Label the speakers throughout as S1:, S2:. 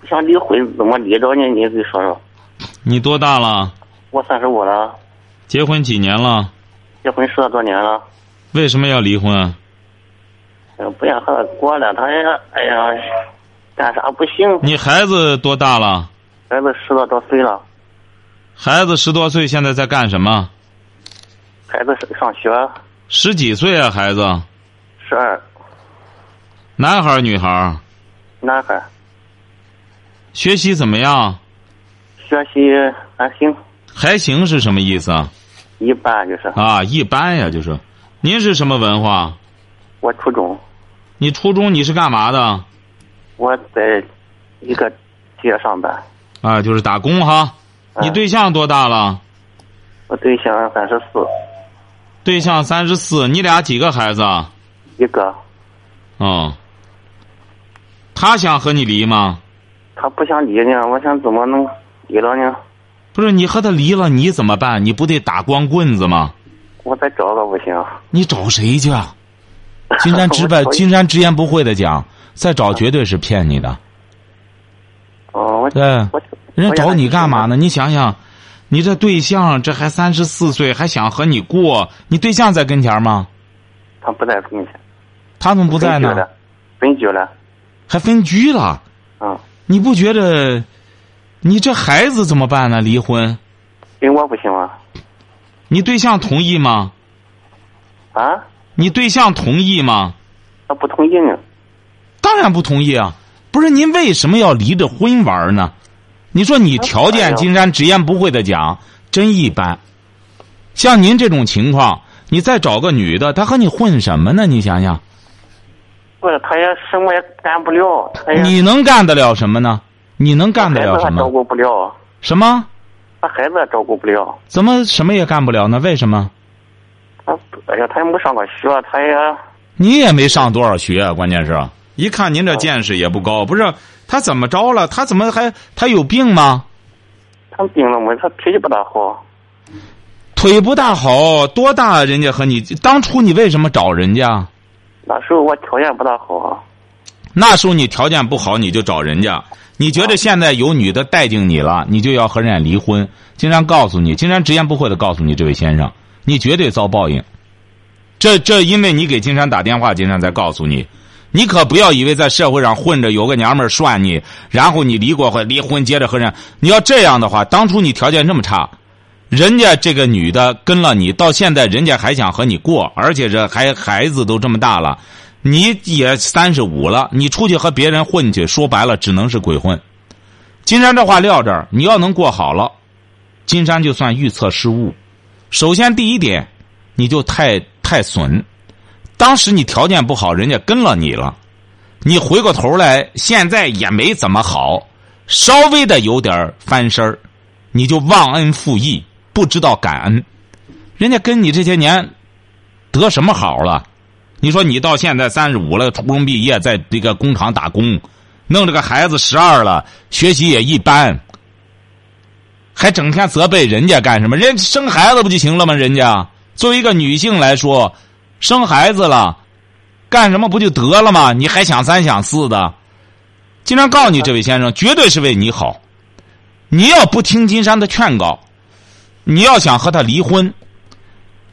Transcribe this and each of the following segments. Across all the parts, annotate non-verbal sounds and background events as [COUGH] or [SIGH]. S1: 不想离婚，怎么离着呢？你给说说。
S2: 你多大了？
S1: 我三十五了，
S2: 结婚几年了？
S1: 结婚十多年了，
S2: 为什么要离婚啊？
S1: 嗯、不愿和他过了，他也，哎呀，干啥不行？
S2: 你孩子多大了？
S1: 孩子十多多岁了，
S2: 孩子十多岁，现在在干什么？
S1: 孩子上上学，
S2: 十几岁啊，孩子，
S1: 十二，
S2: 男孩儿女孩儿？
S1: 男孩，
S2: 学习怎么样？
S1: 学习还行，
S2: 还行是什么意思啊？
S1: 一般就是。
S2: 啊，一般呀，就是。您是什么文化？
S1: 我初中，
S2: 你初中你是干嘛的？
S1: 我在一个企业上班，
S2: 啊，就是打工哈。你
S1: 嗯
S2: 对象多大了？
S1: 我对象三十四，
S2: 对象三十四，你俩几个孩子啊？
S1: 一个，
S2: 哦。他想和你离吗？
S1: 他不想离呢，我想怎么能离了呢？
S2: 不是，你和他离了，你怎么办？你不得打光棍子吗？
S1: 我再找个不行。，
S2: 你找谁去啊？金山直白
S1: 我
S2: 金山直言不讳的讲，再找绝对是骗你的。
S1: 哦，我
S2: 对，
S1: 我
S2: 人家找你干嘛？呢？你想想，你这对象这还三十四岁，还想和你过，你对象在跟前吗？
S1: 他不在跟前，
S2: 他怎么不在
S1: 分居
S2: 呢？
S1: 了，分居了。
S2: 还分居了？
S1: 嗯，
S2: 你不觉得你这孩子怎么办呢？离婚，
S1: 跟我不行啊？
S2: 你对象同意吗？
S1: 啊，
S2: 你对象同意吗？
S1: 他不同意呢。
S2: 当然不同意啊！不是您为什么要离着婚玩呢？你说你条
S1: 哎
S2: 件，
S1: 呦
S2: 金山直言不讳的讲，真一般。像您这种情况，你再找个女的，她和你混什么呢？你想想，
S1: 不是，他也什么也干不了。他也
S2: 你能干得了什么呢？你能干得
S1: 孩
S2: 了
S1: 子
S2: 什
S1: 哎还照
S2: 么？
S1: 顾不了，
S2: 什么？
S1: 他孩子也照顾不了。
S2: 怎么什么也干不了呢？为什么？
S1: 他哎呀，他也没上过学，他也
S2: 你也没上多少学，啊关键是，一看您这见识也不高。不是他怎么着了？他怎么还他有病吗？
S1: 他病了没？他脾气不大好。
S2: 腿不大好，多大人家和你？当初你为什么找人家？
S1: 那时候我条件不大好，
S2: 那时候你条件不好，你就找人家。你觉得现在有女的待定你了，你就要和人家离婚。金山告诉你，金山直言不讳的告诉你，这位先生，你绝对遭报应。这这，因为你给金山打电话，金山才告诉你，你可不要以为在社会上混着有个娘们儿涮你，然后你离过婚，离婚接着和人。你要这样的话，当初你条件这么差，人家这个女的跟了你，到现在人家还想和你过，而且这还孩子都这么大了，你也三十五了，你出去和别人混去，说白了只能是鬼混。金山这话撂这儿，你要能过好了，金山就算预测失误。首先第一点，你就太太损，当时你条件不好，人家跟了你了，你回过头来现在也没怎么好，稍微的有点儿翻身儿，你就忘恩负义，不知道感恩。人家跟你这些年得什么好了？你说你到现在三十五了，初中毕业，在这个工厂打工，弄这个孩子十二了，学习也一般，还整天责备人家干什么？人家生孩子不就行了吗？人家作为一个女性来说，生孩子了，干什么不就得了吗？你还想三想四的？经常告诉你，这位先生绝对是为你好。你要不听金山的劝告，你要想和他离婚，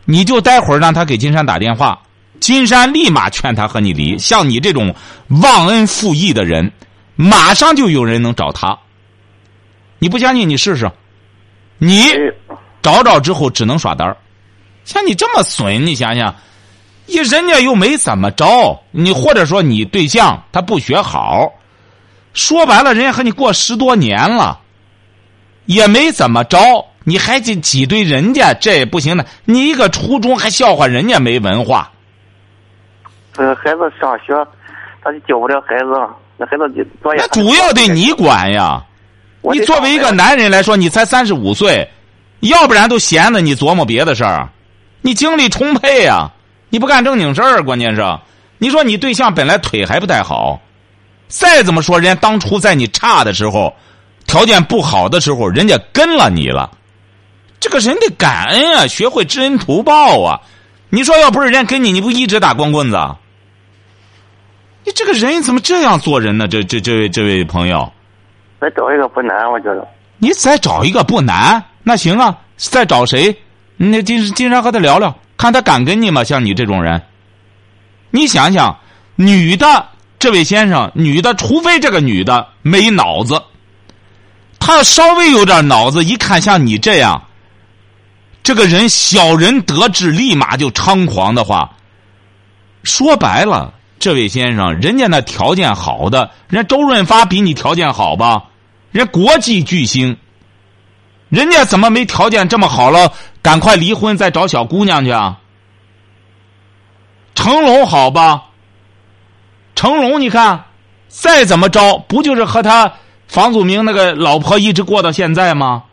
S2: 你就待会儿让他给金山打电话，金山立马劝他和你离。像你这种忘恩负义的人，马上就有人能找他。你不相信，你试试。你
S1: 哎
S2: 找找之后只能耍单儿。像你这么损，你想想，也人家又没怎么着，你或者说你对象他不学好，说白了，人家和你过十多年了，也没怎么着，你还去挤兑人家，这也不行的。你一个初中还笑话人家没文化，
S1: 呃，孩子上学，他就教不了孩子，那孩子就作业
S2: 那
S1: 他就
S2: 主要得你管呀。
S1: 我
S2: 你
S1: 这
S2: 作为一个
S1: 倒霉
S2: 男人来说，你才三十五岁，要不然都闲的你琢磨别的事儿，啊你精力充沛啊，你不干正经事儿，关键是，你说你对象本来腿还不太好，再怎么说，人家当初在你差的时候，条件不好的时候，人家跟了你了，这个人得感恩啊，学会知恩图报啊。你说要不是人家跟你，你不一直打光棍子啊？你这个人怎么这样做人呢？这这这位这位朋友，
S1: 再找一个不难，我觉得。
S2: 你再找一个不难，那行啊，再找谁？那金金山和他聊聊，看他敢跟你吗？像你这种人，你想想，女的这位先生，女的，除非这个女的没脑子，她要稍微有点脑子，一看像你这样，这个人小人得志，立马就猖狂的话，说白了，这位先生，人家那条件好的，人家周润发比你条件好吧？人家国际巨星，人家怎么没条件这么好了？赶快离婚再找小姑娘去啊！成龙好吧？成龙，你看，再怎么着，不就是和他房祖名那个老婆一直过到现在吗？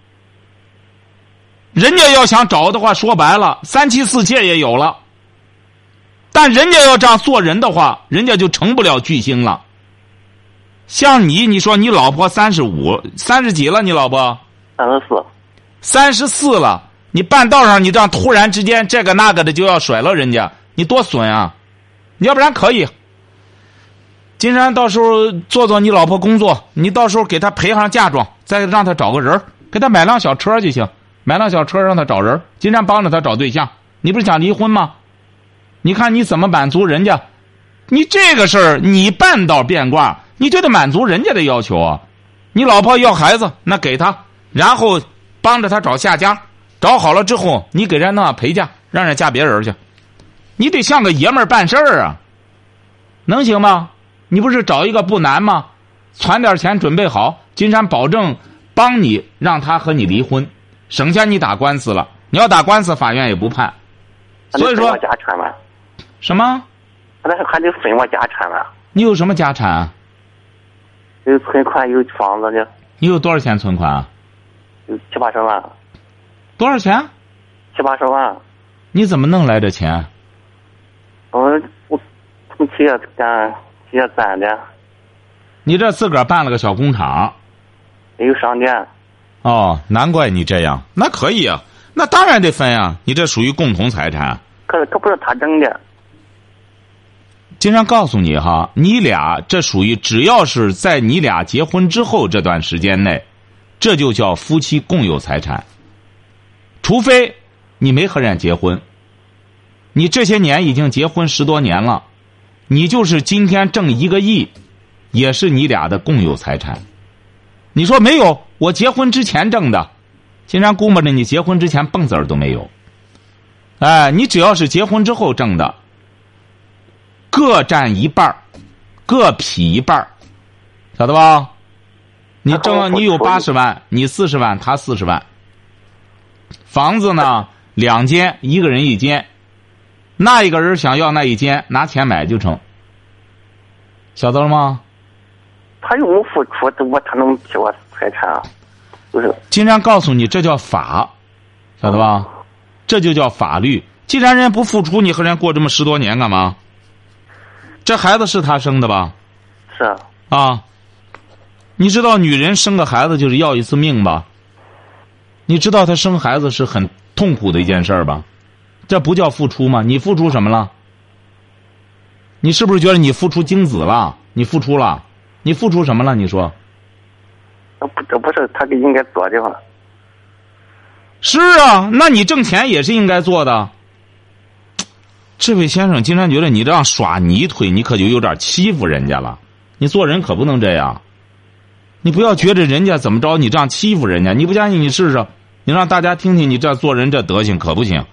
S2: 人家要想找的话，说白了，三妻四妾也有了。但人家要这样做人的话，人家就成不了巨星了。像你，你说你老婆三十五、三十几了，你老婆
S1: 三十四，
S2: 三十四了，你半道上你这样突然之间这个那个的就要甩了人家，你多损啊！要不然可以，金山到时候做做你老婆工作，你到时候给她陪上嫁妆，再让她找个人儿，给她买辆小车就行，买辆小车让她找人儿，金山帮着她找对象。你不是想离婚吗？你看你怎么满足人家？你这个事儿你半道变卦，你就得满足人家的要求啊！你老婆要孩子，那给她，然后帮着她找下家，找好了之后，你给人家那陪嫁，让人家嫁别人去，你得像个爷们儿办事儿啊，能行吗？你不是找一个不难吗？攒点钱准备好，金山保证帮你让他和你离婚，省下你打官司了。你要打官司，法院也不判。
S1: 还得
S2: 所以
S1: 分
S2: 说
S1: 我家产吧，
S2: 什么？
S1: 但是还得分我家啊产吧，
S2: 你有什么家产啊？
S1: 有存款，有房子呢，
S2: 你有多少钱存款啊？
S1: 有七八十万，
S2: 多少钱？
S1: 七八十万。
S2: 你怎么弄来的钱？啊
S1: 我我从企业干，企业攒的，
S2: 你这自个儿办了个小工厂，
S1: 也有商店，
S2: 哦，难怪你这样。那可以啊，那当然得分啊。你这属于共同财产。啊
S1: 可是可不是他挣的，
S2: 经常告诉你哈，你俩这属于只要是在你俩结婚之后这段时间内，这就叫夫妻共有财产。除非你没和人家结婚，你这些年已经结婚十多年了，你就是今天挣一个亿，也是你俩的共有财产。你说没有？我结婚之前挣的，经常估摸着你结婚之前蹦子儿都没有。哎，你只要是结婚之后挣的，各占一半儿各匹一半儿晓得吧？你
S1: 那我
S2: 挣你有
S1: 我
S2: 八十万，你四十万，他四十万。房子呢，两间，一个人一间，那一个人想要那一间，拿钱买就成。晓得了吗？
S1: 他又没付出，我他能替我财产啊？就是
S2: 金山告诉你，这叫法，晓得吧？这就叫法律。既然人家不付出，你和人家过这么十多年干嘛？这孩子是他生的吧？
S1: 是啊，
S2: 啊，你知道女人生个孩子就是要一次命吧？你知道她生孩子是很痛苦的一件事儿吧？这不叫付出吗？你付出什么了？你是不是觉得你付出精子了？你付出了？你付出什么了？你说
S1: 这不这不是他应该做的吗？
S2: 是啊？那你挣钱也是应该做的。这位先生，经常觉得你这样耍泥腿，你可就有点欺负人家了。你做人可不能这样，你不要觉着人家怎么着，你这样欺负人家。你不相信，你试试，你让大家听听，你这做人这德行可不行。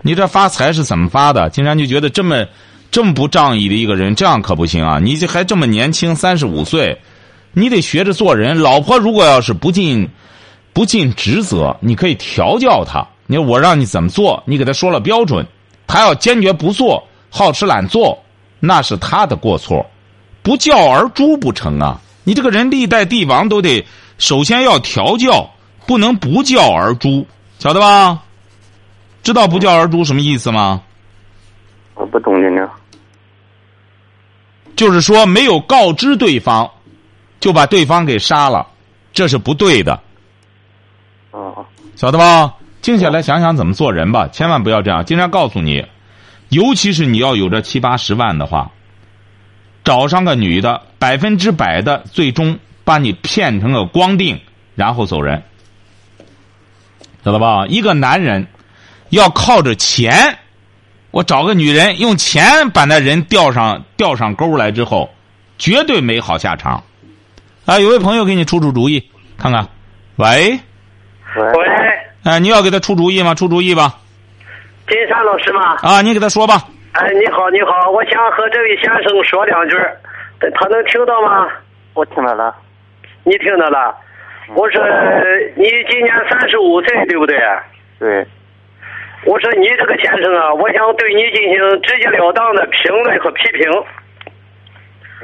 S2: 你这发财是怎么发的？竟然就觉得这么这么不仗义的一个人，这样可不行啊！你这还这么年轻，三十五岁，你得学着做人。老婆如果要是不尽不尽职责，你可以调教她。你说我让你怎么做，你给她说了标准，她要坚决不做，好吃懒做，那是她的过错。不教而诛不成啊！你这个人历代帝王都得首先要调教，不能不教而诛，晓得吧？知道不教而诛什么意思吗？
S1: 我不懂您呢。
S2: 就是说没有告知对方，就把对方给杀了，这是不对的，
S1: 啊，
S2: 晓得吧？静下来想想怎么做人吧，千万不要这样。经常告诉你，尤其是你要有这七八十万的话，找上个女的，百分之百的最终把你骗成个光腚，然后走人，晓得吧？一个男人要靠着钱，我找个女人用钱把那人钓上钓上钩来之后，绝对没好下场。啊，有位朋友给你出出主意，看看，喂，
S1: 喂，
S3: 喂，
S2: 哎、你要给他出主意吗？出主意吧，
S3: 金山老师吗？
S2: 啊，你给他说吧。
S3: 哎，你好，你好，我想和这位先生说两句儿，他能听到吗？
S1: 我听到了，
S3: 你听到了？我说你今年三十五岁，对不对？
S1: 对，
S3: 我说你这个先生啊，我想对你进行直截了当的评论和批评。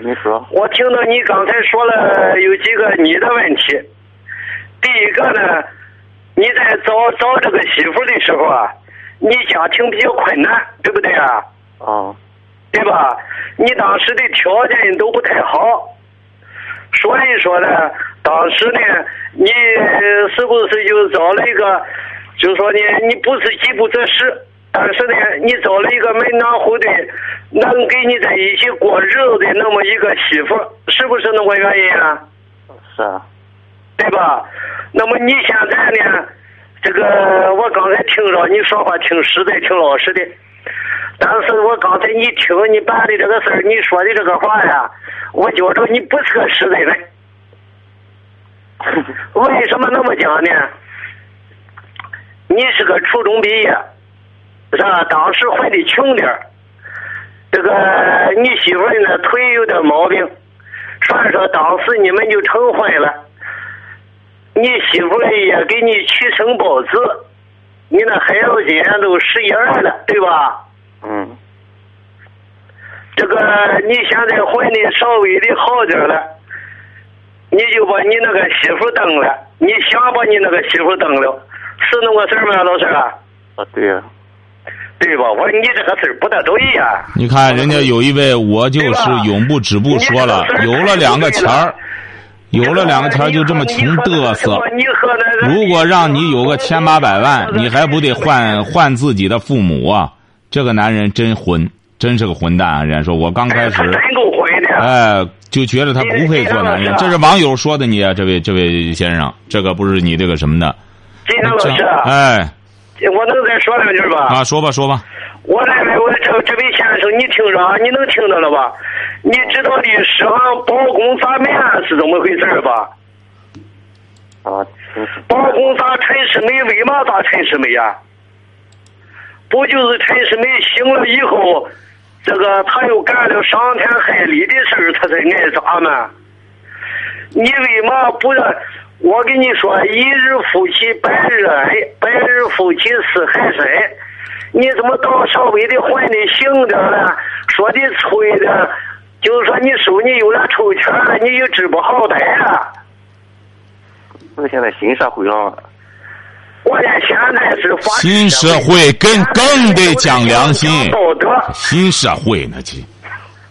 S1: 你说，
S3: 我听到你刚才说了有几个你的问题。第一个呢，你在找找这个媳妇的时候啊，你家庭比较困难，对不对啊？
S1: 哦，
S3: 对吧？你当时的条件都不太好，所以说呢，当时呢，你呃是不是就找了一个，就说呢，你不是饥不择食，但是呢，你找了一个门当户对，能跟你在一起过日子的那么一个媳妇，是不是那个原因啊？
S1: 是啊，
S3: 对吧？那么你现在呢？这个我刚才听着你说话挺实在、挺老实的，但是我刚才一听你办的这个事儿，你说的这个话呀，我觉着你不是个实在人。为什么那么讲呢？你是个初中毕业，是吧？当时混的穷点儿，这个你媳妇儿呢腿有点毛病，所以说当时你们就成婚了。你媳妇儿也给你娶成宝子，你那孩子今年都十一二了，对吧？
S1: 嗯，
S3: 这个你现在混的稍微的好点儿了，你就把你那个媳妇儿蹬了，你想把你那个媳妇儿蹬了，是那个事儿吗，老师啊？
S1: 啊对呀，
S3: 对吧？我说你这个事儿不大啊对呀、
S2: 你看人家有一位，我就是永不止步说了，有了两个钱儿，有了两个钱儿就这么穷嘚瑟。
S3: 你和那个
S2: 如果让你有个千八百万，你还不得
S3: 哎
S2: 换换自己的父母啊？这个男人真混，真是个混蛋啊！人家说我刚开
S3: 他
S2: 始，
S3: 真够混的。
S2: 哎，就觉得他不配做男人。这是网友说的你啊，这位这位先生，这个不是你这个什么的。
S3: 金山老师啊，
S2: 哎，
S3: 我能再说两句吧？
S2: 啊，说吧说吧，
S3: 我认为我这这位先生，你听着啊，你能听到了吧？你知道的食行包公砸面是怎么回事儿吧？
S1: 啊，听说
S3: 包公砸陈世美，为嘛砸陈世美呀？不就是陈世美醒了以后，这个他又干了伤天害理的事儿，他才挨砸吗？你为嘛不让？我跟你说，一日夫妻百日恩，百日夫妻似海深。你怎么到稍微的混的行点儿了，说的粗一点儿，就是说你手里有了臭钱儿了，你就知不好歹了。
S1: 这个现在新社会了，
S3: 我这现在是法治
S2: 新社会跟更得讲良心
S3: 讲道德。
S2: 新社会呢这。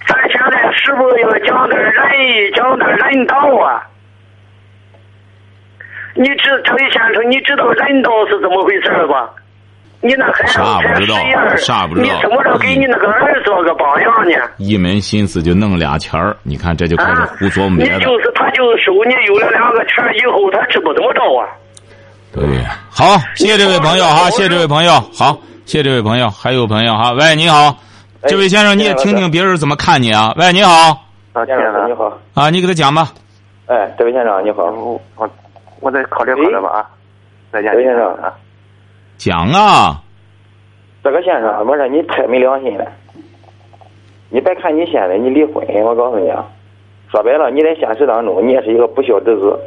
S3: 咱现在是不是要讲点仁义，讲点人道啊？你知这位先生，你知道人道是怎么回事儿吧？你那孩子
S2: 啥也
S3: 才
S2: 不知道
S3: 十一二，
S2: 啥也不知道
S3: 你怎么着给你那个儿做个榜样呢？
S2: 一门心思就弄俩钱儿，你看这就开始
S3: 啊，
S2: 胡琢磨别
S3: 你
S2: 的。
S3: 就是他，就是手里有了两个钱儿以后，他知不怎么着啊？
S2: 对，好，谢谢这位朋友哈，谢谢这位朋友，好，谢谢这位朋友，还有朋友哈，喂，你
S3: 哎
S2: 好，这位先生，你也听听别人怎么看你啊？喂，你好，
S1: 啊
S4: 先
S1: 天
S4: 生你
S1: 哪，
S4: 好，
S2: 啊，你给他讲吧，
S4: 哎，这位先生你好，
S1: 我我我再考虑考虑吧啊，再见，
S4: 喂先生
S1: 啊，
S2: 讲啊，
S4: 这个先生，我说你太没良心了。你别看你现在你离婚，我告诉你啊，说白了你在现实当中你也是一个不孝之子。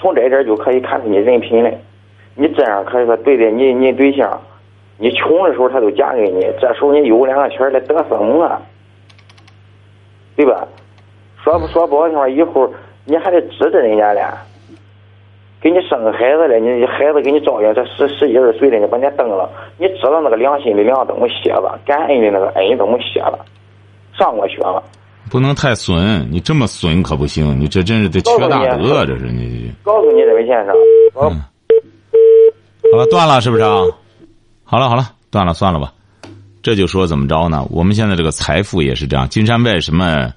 S4: 从这一点儿就可以看出你人品来。你这样可以说对待你你对象，你穷的时候他都嫁给你，这时候你有两个钱儿来得瑟么啊？对吧？说不说不好听话，以后你还得指着人家俩。给你生个孩子了，你孩子给你照应，这十十一二岁了，你把人家蹬了，你知道那个良心的良怎么写了，感恩的那个恩怎么写了，上过学了。
S2: 不能太损，你这么损可不行，你这真是得缺大德啊，这是你。
S4: 告诉你这位先生，我、
S2: 嗯好了，断了是不是啊？好了好了，断了算了吧。这就说怎么着呢？我们现在这个财富也是这样。金山为什么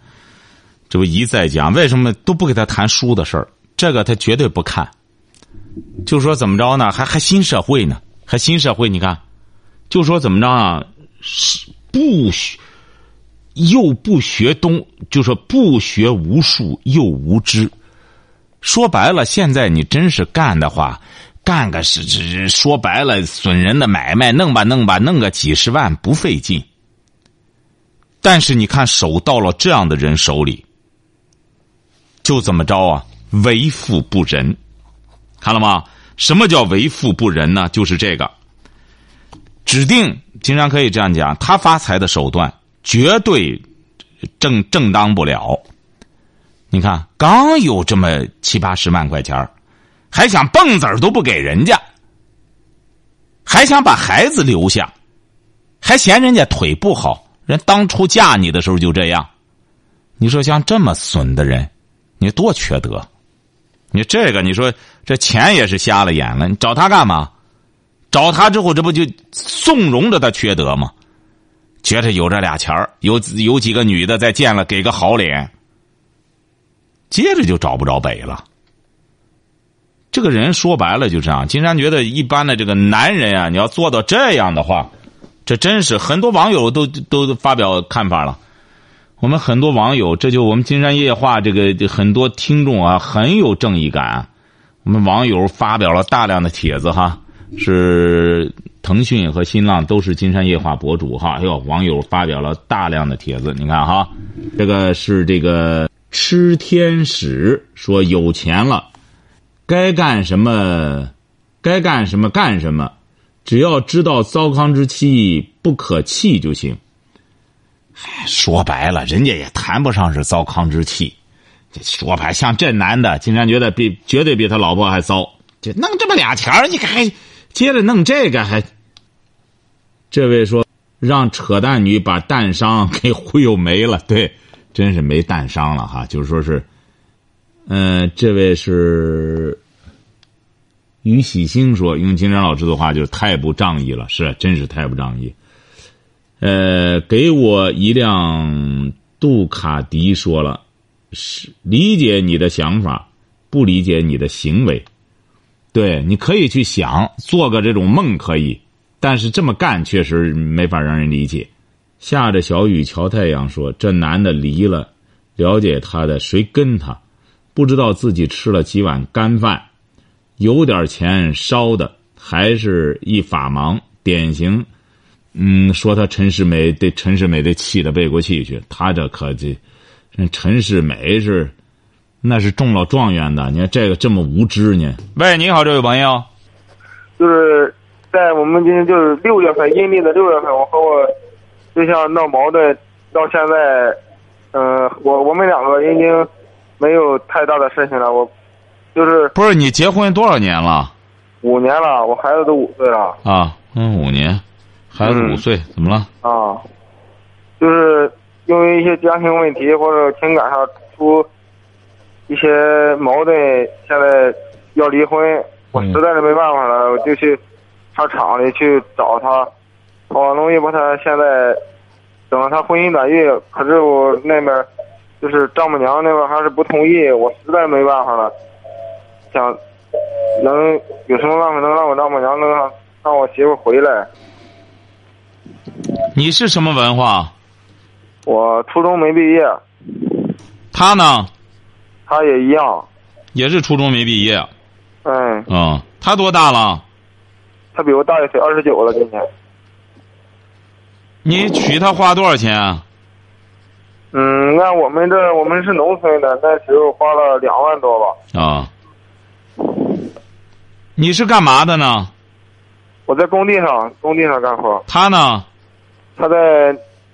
S2: 这不一再讲？为什么都不给他谈书的事儿？这个他绝对不看。就说怎么着呢？还还新社会呢？还新社会？你看，就说怎么着啊？是不学，又不学东，就说不学无术又无知。说白了，现在你真是干的话，干个是是说白了损人的买卖，弄吧弄吧，弄个几十万不费劲。但是你看，手到了这样的人手里，就怎么着啊？为富不仁。看了吗？什么叫为富不仁呢？就是这个。指定经常可以这样讲，他发财的手段绝对正正当不了。你看，刚有这么七八十万块钱儿还想蹦子儿都不给人家，还想把孩子留下，还嫌人家腿不好。人当初嫁你的时候就这样，你说像这么损的人，你多缺德！你这个，你说这钱也是瞎了眼了，你找他干嘛？找他之后，这不就纵容着他缺德吗？觉着有这俩钱儿，有有几个女的再见了给个好脸，接着就找不着北了。这个人说白了就这样。金山觉得一般的这个男人啊，你要做到这样的话，这真是很多网友都都发表看法了。我们很多网友，这就我们金山夜话这个很多听众啊，很有正义感。啊我们网友发表了大量的帖子哈，是腾讯和新浪都是金山夜话博主哈。哎呦，网友发表了大量的帖子，你看哈，这个是这个吃天使说有钱了，该干什么该干什么干什么，只要知道糟糠之妻不可弃就行。哎说白了，人家也谈不上是糟糠之妻。这说白，像这男的，金山觉得比绝对比他老婆还糟。就弄这么俩钱儿，你还接着弄这个还？这位说让扯淡女把蛋商给忽悠没了，对，真是没蛋商了哈。就是说是，嗯、呃，这位是呃于喜星说，用金山老师的话就是太不仗义了，是，真是太不仗义。呃，给我一辆杜卡迪，说了，是理解你的想法，不理解你的行为。对，你可以去想，做个这种梦可以，但是这么干确实没法让人理解。下着小雨瞧太阳说，这男的离了，了解他的谁跟他？不知道自己吃了几碗干饭，有点钱烧的，还是一法盲，典型。嗯，说他陈世美得陈世美得气得背过气去，他这可这，陈世美是，那是中了状元的。你看这个这么无知呢？喂，你好，这位朋友，
S5: 就是在我们今天就是六月份，阴历的六月份，我和我对象闹矛盾，到现在，嗯、呃，我我们两个已经没有太大的事情了。我就是
S2: 不是你结婚多少年了？
S5: 五年了，我孩子都五岁了
S2: 啊，嗯，五年。孩子五岁，怎么了？
S5: 啊，就是因为一些家庭问题或者情感上出一些矛盾，现在要离婚，我
S2: 嗯
S5: 实在是没办法了，我就去上厂里去找他，好容易把他现在等到他婚姻满月，可是我那边就是丈母娘那边还是不同意，我实在没办法了，想能有什么办法能让我丈母娘能让让我媳妇回来？
S2: 你是什么文化？
S5: 我初中没毕业，
S2: 他呢，
S5: 他也一样。
S2: 也是初中没毕业。
S5: 嗯，
S2: 嗯，他多大了？
S5: 他比我大一岁，二十九了，今年。
S2: 你娶她花多少钱啊？
S5: 嗯，按我们这我们是农村的，那时候花了两万多吧。
S2: 啊。你是干嘛的呢？
S5: 我在工地上，工地上干活。
S2: 他呢？
S5: 他在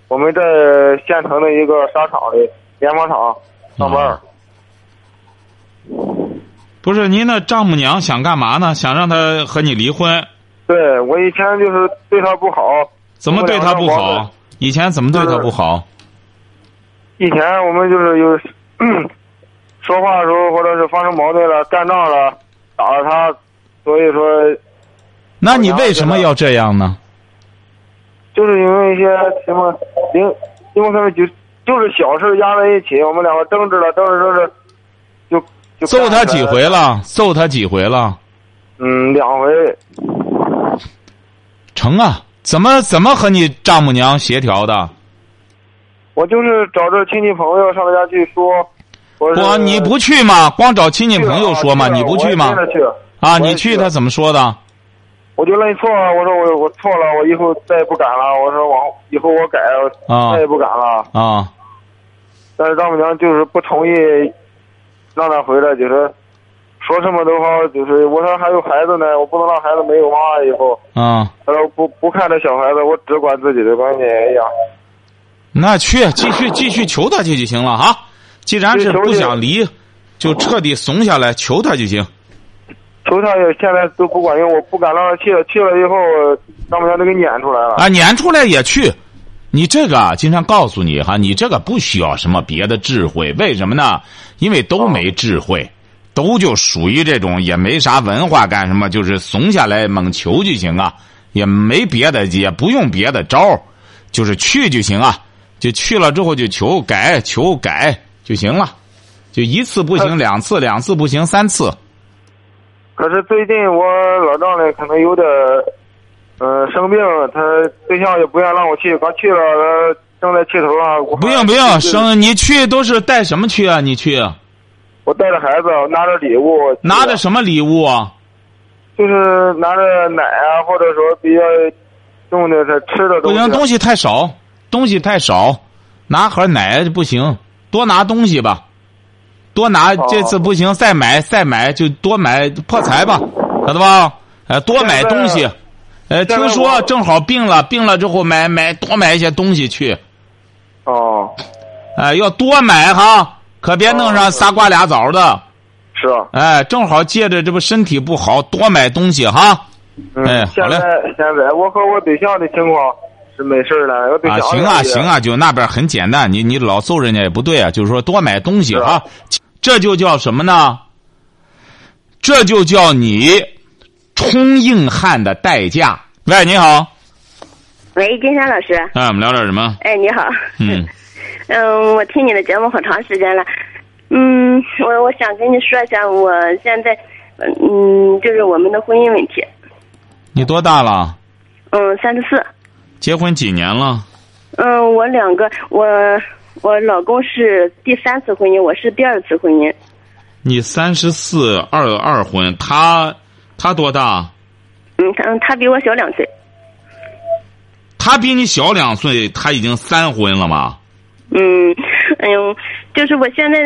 S5: 我们
S2: 嗯
S5: 这县城的一个纱厂里，联防厂上班。
S2: 啊不是您那丈母娘想干嘛呢？想让他和你离婚？
S5: 对我以前就是对她不好，
S2: 怎么对他不
S5: 我们
S2: 好？以前怎么对他不好？
S5: 以前我们就是有 [CLEARS THROAT] 说话的时候，或者是发生矛盾了、干仗了，打了他，所以说
S2: 那你为什么要这样呢？
S5: 就是因为一些什么零，因为他们就就是小事压在一起，我们两个争执了，争执争执，就就
S2: 揍他几
S5: 干起来
S2: 回
S5: 了？
S2: 了？揍他几回了？
S5: 嗯，两回。
S2: 成啊！怎么怎么和你丈母娘协调的？
S5: 呃我就是找这亲戚朋友上他家去说，我
S2: 不，啊你不去吗？光找亲戚朋友说吗？你不去
S5: 啊去
S2: 吗
S5: 啊我也？跟着去
S2: 啊，
S5: 我也
S2: 你去
S5: 了
S2: 他怎么说的？
S5: 我就认错了，我说我我错了，我以后再也不敢了。我说往以后我改，
S2: 啊
S5: 我再也不敢了。
S2: 啊，
S5: 但是丈母娘就是不同意，让他回来，就是说什么都好，就是我说还有孩子呢，我不能让孩子没有妈以后。
S2: 啊，
S5: 他说不不看这小孩子，我只管自己的关系。哎呀，
S2: 那去继续继续求他去就行了啊。既然是
S5: 去求
S2: 不
S5: 去
S2: 想离，就彻底怂下来，求他就行。
S5: 头上也现在都不管用，我不敢让他去了，去了以后丈母娘都给撵出来了。
S2: 啊，撵出来也去。你这个啊，经常告诉你哈，你这个不需要什么别的智慧，为什么呢？因为都没智慧，都就属于这种也没啥文化，干什么就是怂下来猛求就行啊，也没别的，也不用别的招儿就是去就行啊，就去了之后就求改求改就行了，就一次不行，两次两次不行，三次。
S5: 可是最近我老丈人可能有点，呃，生病，他对象也不愿让我去，刚去了，他正在气头上。我
S2: 不用不用，生你去都是带什么去啊？你去
S5: 我带着孩子，拿着礼物，
S2: 拿着什么礼物啊？
S5: 就是拿着奶啊，或者说比较用的这吃的
S2: 不
S5: 东西。啊
S2: 行，东西太少，东西太少，拿盒奶不行，多拿东西吧，多拿，
S5: 哦
S2: 这次不行再买，再买就多买破财吧，晓得吧？呃，多买东西
S5: 现在，
S2: 呃，
S5: 在
S2: 听
S5: 我
S2: 说正好病了，病了之后买买多买一些东西去，
S5: 哦，
S2: 哎，要多买哈，可别弄上
S5: 哦
S2: 仨瓜俩枣的，
S5: 是啊，
S2: 哎，正好借着这不身体不好，多买东西哈，
S5: 嗯，
S2: 哎好
S5: 现
S2: 嘞
S5: 在现在我和我对象的情况是没事儿了，我对
S2: 啊，
S5: 象
S2: 行啊，行，啊，就那边很简单，你你老揍人家也不对啊，就是说多买东西
S5: 是
S2: 啊
S5: 啊，
S2: 这就叫什么呢？这就叫你冲硬汉的代价。喂，你好，
S6: 喂，金山老师，
S2: 哎，我们聊点什么？
S6: 哎，你好，
S2: 嗯，
S6: [LAUGHS] 嗯，我听你的节目很长时间了，嗯，我我想跟你说一下，我现在，嗯，就是我们的婚姻问题，
S2: 你多大了？
S6: 嗯，三十四，
S2: 结婚几年了？
S6: 嗯，我两个，我我老公是第三次婚姻，我是第二次婚姻，
S2: 你三十四，二二婚，他他多大？
S6: 嗯，他他比我小两岁，
S2: 他比你小两岁，他已经三婚了吗？
S6: 嗯，哎呦，就是我现在，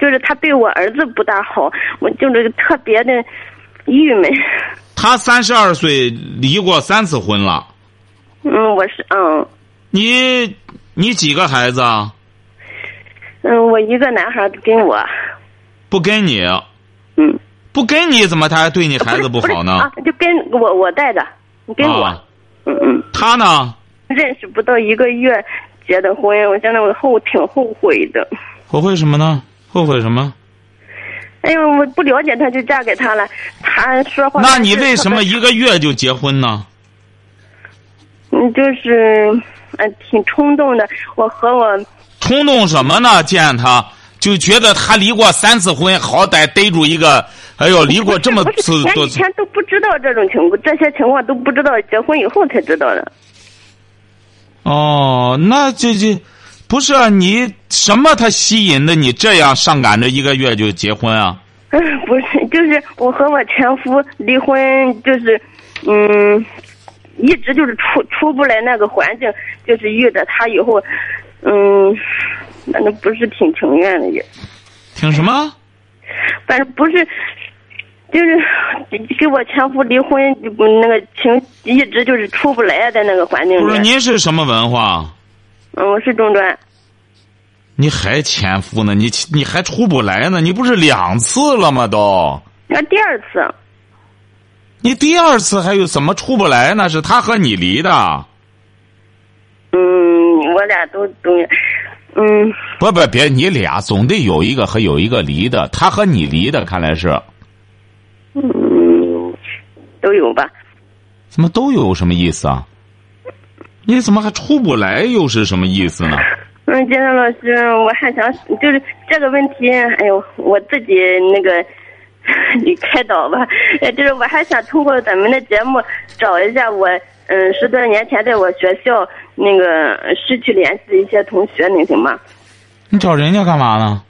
S6: 就是他对我儿子不大好，我就是特别的郁闷，
S2: 他三十二岁，离过三次婚了。
S6: 嗯，我是嗯。
S2: 你你几个孩子啊？
S6: 嗯，我一个男孩跟我，
S2: 不跟你，
S6: 嗯，
S2: 不跟你，怎么他还对你孩子
S6: 不是
S2: 好
S6: 是
S2: 呢
S6: [LAUGHS] 啊？，就跟我我带着，你跟我，
S2: 啊
S6: 嗯嗯，
S2: 他呢？
S6: 认识不到一个月结的婚，我现在我后挺后悔的。
S2: 后悔什么呢？后悔什么？
S6: 哎呦，我不了解他就嫁给他了，他说话。
S2: 那你为什么？一个月就结婚呢？
S6: 嗯，就是，嗯，挺冲动的。我和我，
S2: 冲动什么呢？见他就觉得他离过三次婚，好歹逮住一个，哎呦，离过这么
S6: 不是
S2: 次
S6: 我
S2: 多
S6: 以
S2: 次，
S6: 前都不知道这种情况，这些情况都不知道，结婚以后才知道的。
S2: 哦，那这这不是、啊、你什么他吸引的你这样上赶着一个月就结婚啊？
S6: 嗯， [LAUGHS] 不是，就是我和我前夫离婚，就是，嗯，一直就是出出不来那个环境，就是遇着他以后，嗯，反正不是挺情愿的也，
S2: 听什
S6: 哎
S2: 么？
S6: 反正不是，就是 [LAUGHS] 跟我前夫离婚，那个情一直就是出不来在那个环境
S2: 不是
S6: 里。
S2: 您是什么文化？
S6: 嗯，我是中专，
S2: 你还前夫呢？你你还出不来呢？你不是两次了吗？都
S6: 那第二次，
S2: 你第二次还有怎么出不来呢？是他和你离的，
S6: 嗯，我俩都中意，嗯，
S2: 不不别，你俩总得有一个和有一个离的，他和你离的，看来是
S6: 嗯，都有吧。
S2: 怎么都有什么意思啊？你怎么还出不来？又是什么意思呢？
S6: 嗯，金山老师，我还想就是这个问题，哎呦，我自己那个 [LAUGHS] 你开导吧。呃，就是我还想通过咱们的节目找一下我，嗯，十多年前在我学校那个失去联系的一些同学，能行吗？
S2: 你找人家干嘛呢？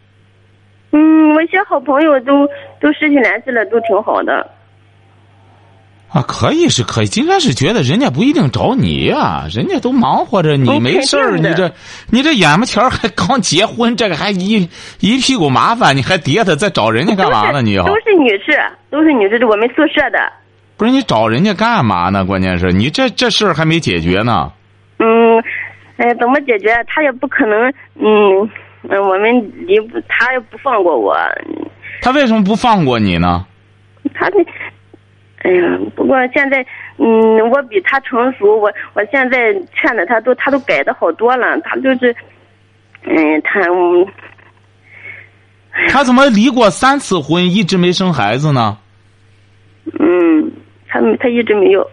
S6: 嗯，我一些好朋友都都失去联系了，都挺好的。
S2: 啊，可以是可以，金山是觉得人家不一定找你呀、人家都忙活着，你
S6: 嗯
S2: 没事儿，
S6: 肯
S2: 你
S6: 定的
S2: 这你这眼巴前儿还刚结婚，这个还一一屁股麻烦，你还叠他再找人家干嘛呢？你要
S6: 都是女士，都是女士，我们宿舍的。
S2: 不是你找人家干嘛呢？关键是你这这事儿还没解决呢。
S6: 嗯，哎，怎么解决？他也不可能，嗯嗯，我们离不，他也不放过我，嗯
S2: 他为什么不放过你呢？
S6: 他这，哎呀，不过现在，嗯，我比他成熟，我我现在劝的他都，他都改的好多了，他就是，嗯，他，嗯
S2: 他怎么离过三次婚，一直没生孩子呢？
S6: 嗯，他他一直没有，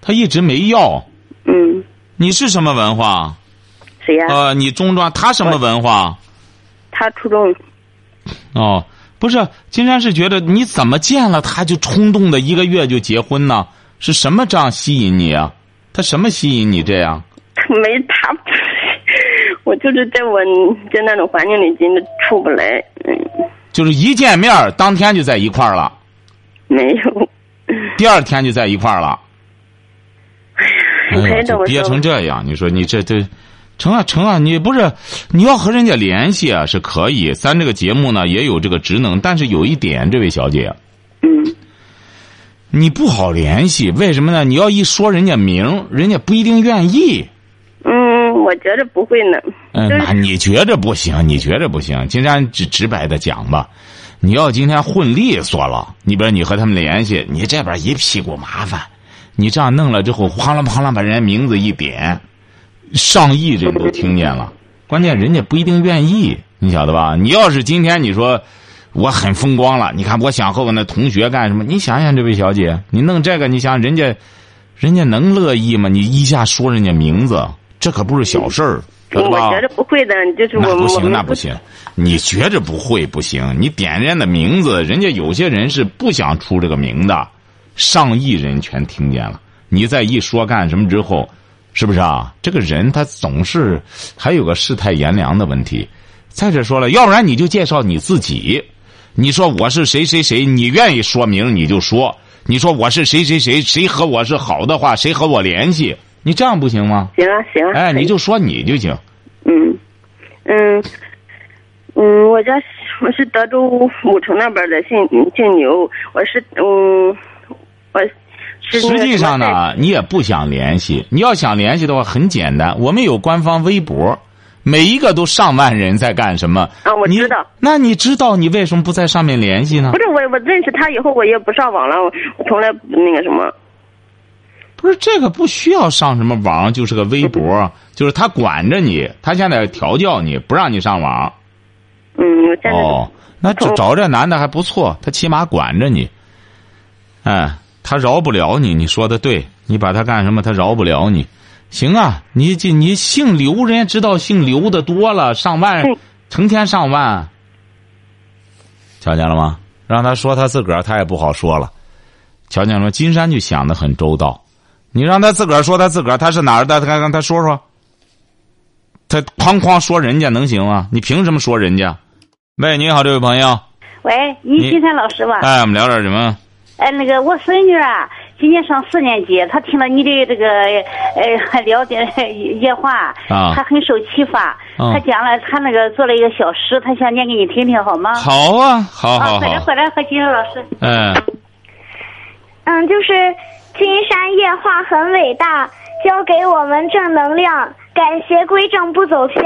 S2: 他一直没要。
S6: 嗯，
S2: 你是什么文化？
S6: 谁呀、
S2: 呃，你中专，他什么文化？
S6: 他初中，
S2: 哦，不是，金山是觉得你怎么见了他就冲动的一个月就结婚呢？是什么这样吸引你啊？他什么吸引你这样？
S6: 他没他， [LAUGHS] 我就是在我在那种环境里真的出不来，嗯，
S2: 就是一见面儿当天就在一块儿了，
S6: 没有。
S2: 第二天就在一块儿了。哎
S6: 你
S2: 呀
S6: 陪着
S2: 就
S6: 我
S2: 憋
S6: 说
S2: 成这样，你说你这这，成啊成啊，你不是你要和人家联系啊是可以，咱这个节目呢也有这个职能，但是有一点，这位小姐，
S6: 嗯，
S2: 你不好联系，为什么呢？你要一说人家名，人家不一定愿意。
S6: 嗯，我觉着不会呢。
S2: 嗯，
S6: 就
S2: 那
S6: 是
S2: 你觉着不行？你觉着不行？金山直直白的讲吧，你要今天混利索了，你比如你和他们联系，你这边一屁股麻烦，你这样弄了之后，哗啦哗啦把人家名字一点，上亿人都听见了。关键人家不一定愿意，你晓得吧？你要是今天你说我很风光了，你看我想和我那同学干什么？你想想，这位小姐，你弄这个，你想人家，人家能乐意吗？你一下说人家名字，这可不是小事儿，晓得
S6: 嗯我
S2: 吧？
S6: 觉着不会的，就是我
S2: 那
S6: 们
S2: 不
S6: 我
S2: 行，
S6: 们
S2: 那不行，你觉着不会不行，你点人家的名字，人家有些人是不想出这个名的，上亿人全听见了，你再一说干什么之后，是不是啊？这个人他总是还有个世态炎凉的问题。再者说了，要不然你就介绍你自己，你说我是谁谁谁，你愿意说明你就说，你说我是谁谁谁，谁和我是好的话，谁和我联系，你这样不行吗？
S6: 行啊行啊。
S2: 哎，
S6: 可以
S2: 你就说你就行。
S6: 嗯嗯嗯，我家是我是德州五城那边的，姓姓牛，我是嗯我是那
S2: 实
S6: 个
S2: 际上
S6: 什么
S2: 呢，啊你也不想联系。你要想联系的话，很简单，我们有官方微博，每一个都上万人在干什么。
S6: 啊我
S2: 你
S6: 知道。
S2: 那你知道你为什么不在上面联系呢
S6: 在？不？是我我认识他以后，我也不上网了，我我从来不那个什么。
S2: 不是这个不需要上什么网，就是个微博，就是他管着你，他现在调教你，不让你上网。
S6: 嗯，我现在、
S2: 哦，那找找这男的还不错，他起码管着你。哎，他饶不了你，你说的对，你把他干什么，他饶不了你。行啊，你这你姓刘，人家知道姓刘的多了，上万
S6: 对，
S2: 成千上万。瞧见了吗？让他说他自个儿，他也不好说了。瞧见了吗？金山就想的很周到。你让他自个儿说他自个儿，他是哪儿的？他让他说说。他哐哐说人家能行啊吗？你凭什么说人家？喂，你好，这位朋友，
S7: 喂，你
S2: 你
S7: 金山老师吧？
S2: 哎，我们聊点什么？
S7: 哎，那个我孙女啊，今年上四年级，她听了你的这个呃 [LAUGHS] 聊点夜话，
S2: 啊
S7: 她很受启发。
S2: 嗯
S7: 她讲了，她那个做了一个小诗，她想念给你听听，好吗？
S2: 好啊，好好
S7: 啊，快来
S2: 好，
S7: 快来和金山老师。
S2: 哎， [LAUGHS]
S8: 嗯，就是金山夜话很伟大，教给我们正能量，改邪归正不走偏。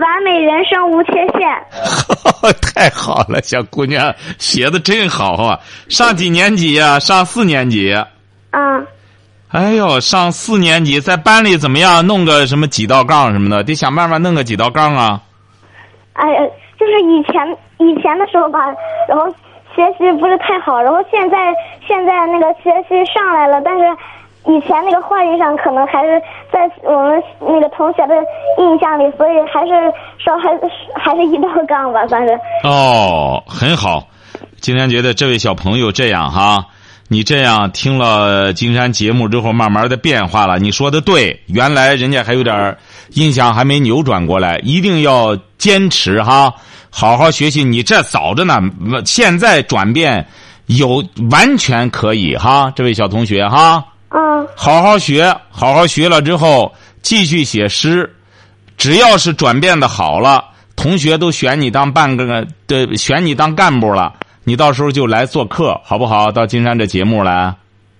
S8: 完美人生无缺陷。
S2: 太好了，小姑娘写的真好啊！上几年级呀、上四年级。啊
S8: 嗯，
S2: 哎呦，上四年级在班里怎么样？弄个什么几道杠什么的，得想办法弄个几道杠啊。
S8: 哎呀，就是以前以前的时候吧，然后学习不是太好，然后现在现在那个学习上来了，但是以前那个坏印象可能还是在我们那个同学的印象里，所以还是说还是还是一道杠吧，算是。
S2: 哦，很好。金山觉得这位小朋友这样哈，你这样听了金山节目之后，慢慢的变化了。你说的对，原来人家还有点儿印象还没扭转过来，一定要坚持哈，好好学习。你这早着呢，现在转变有完全可以哈，这位小同学哈，
S8: 嗯
S2: 好好学，好好学了之后继续写诗，只要是转变的好了，同学都选你当半个对，选你当干部了，你到时候就来做客，好不好？到金山这节目来，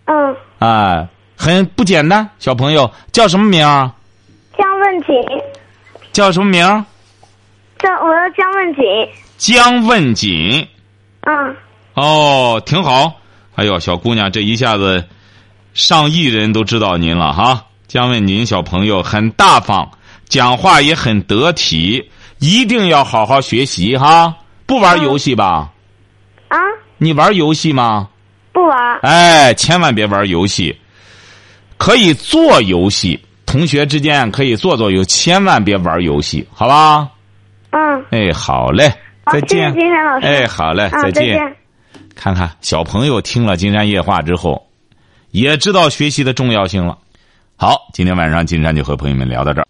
S8: 嗯，
S2: 哎，很不简单，小朋友叫什么名儿？
S8: 江问景，
S2: 叫什么名儿？
S8: 江我要江问景。
S2: 姜问锦。
S8: 嗯，
S2: 哦，挺好。哎呦，小姑娘，这一下子上亿人都知道您了哈。姜问您小朋友很大方，讲话也很得体，一定要好好学习哈。不玩游戏吧？
S8: 啊，
S2: 你玩游戏吗？
S8: 不玩儿。
S2: 哎，千万别玩游戏，可以做游戏，同学之间可以做做游，千万别玩游戏，好吧？
S8: 嗯，
S2: 哎，好嘞，
S8: 好，
S2: 再
S8: 谢谢
S2: 见。
S8: 金山老师。
S2: 哎，好嘞，
S8: 啊，再见。
S2: 看看小朋友听了《金山夜话》之后，也知道学习的重要性了。好，今天晚上金山就和朋友们聊到这儿。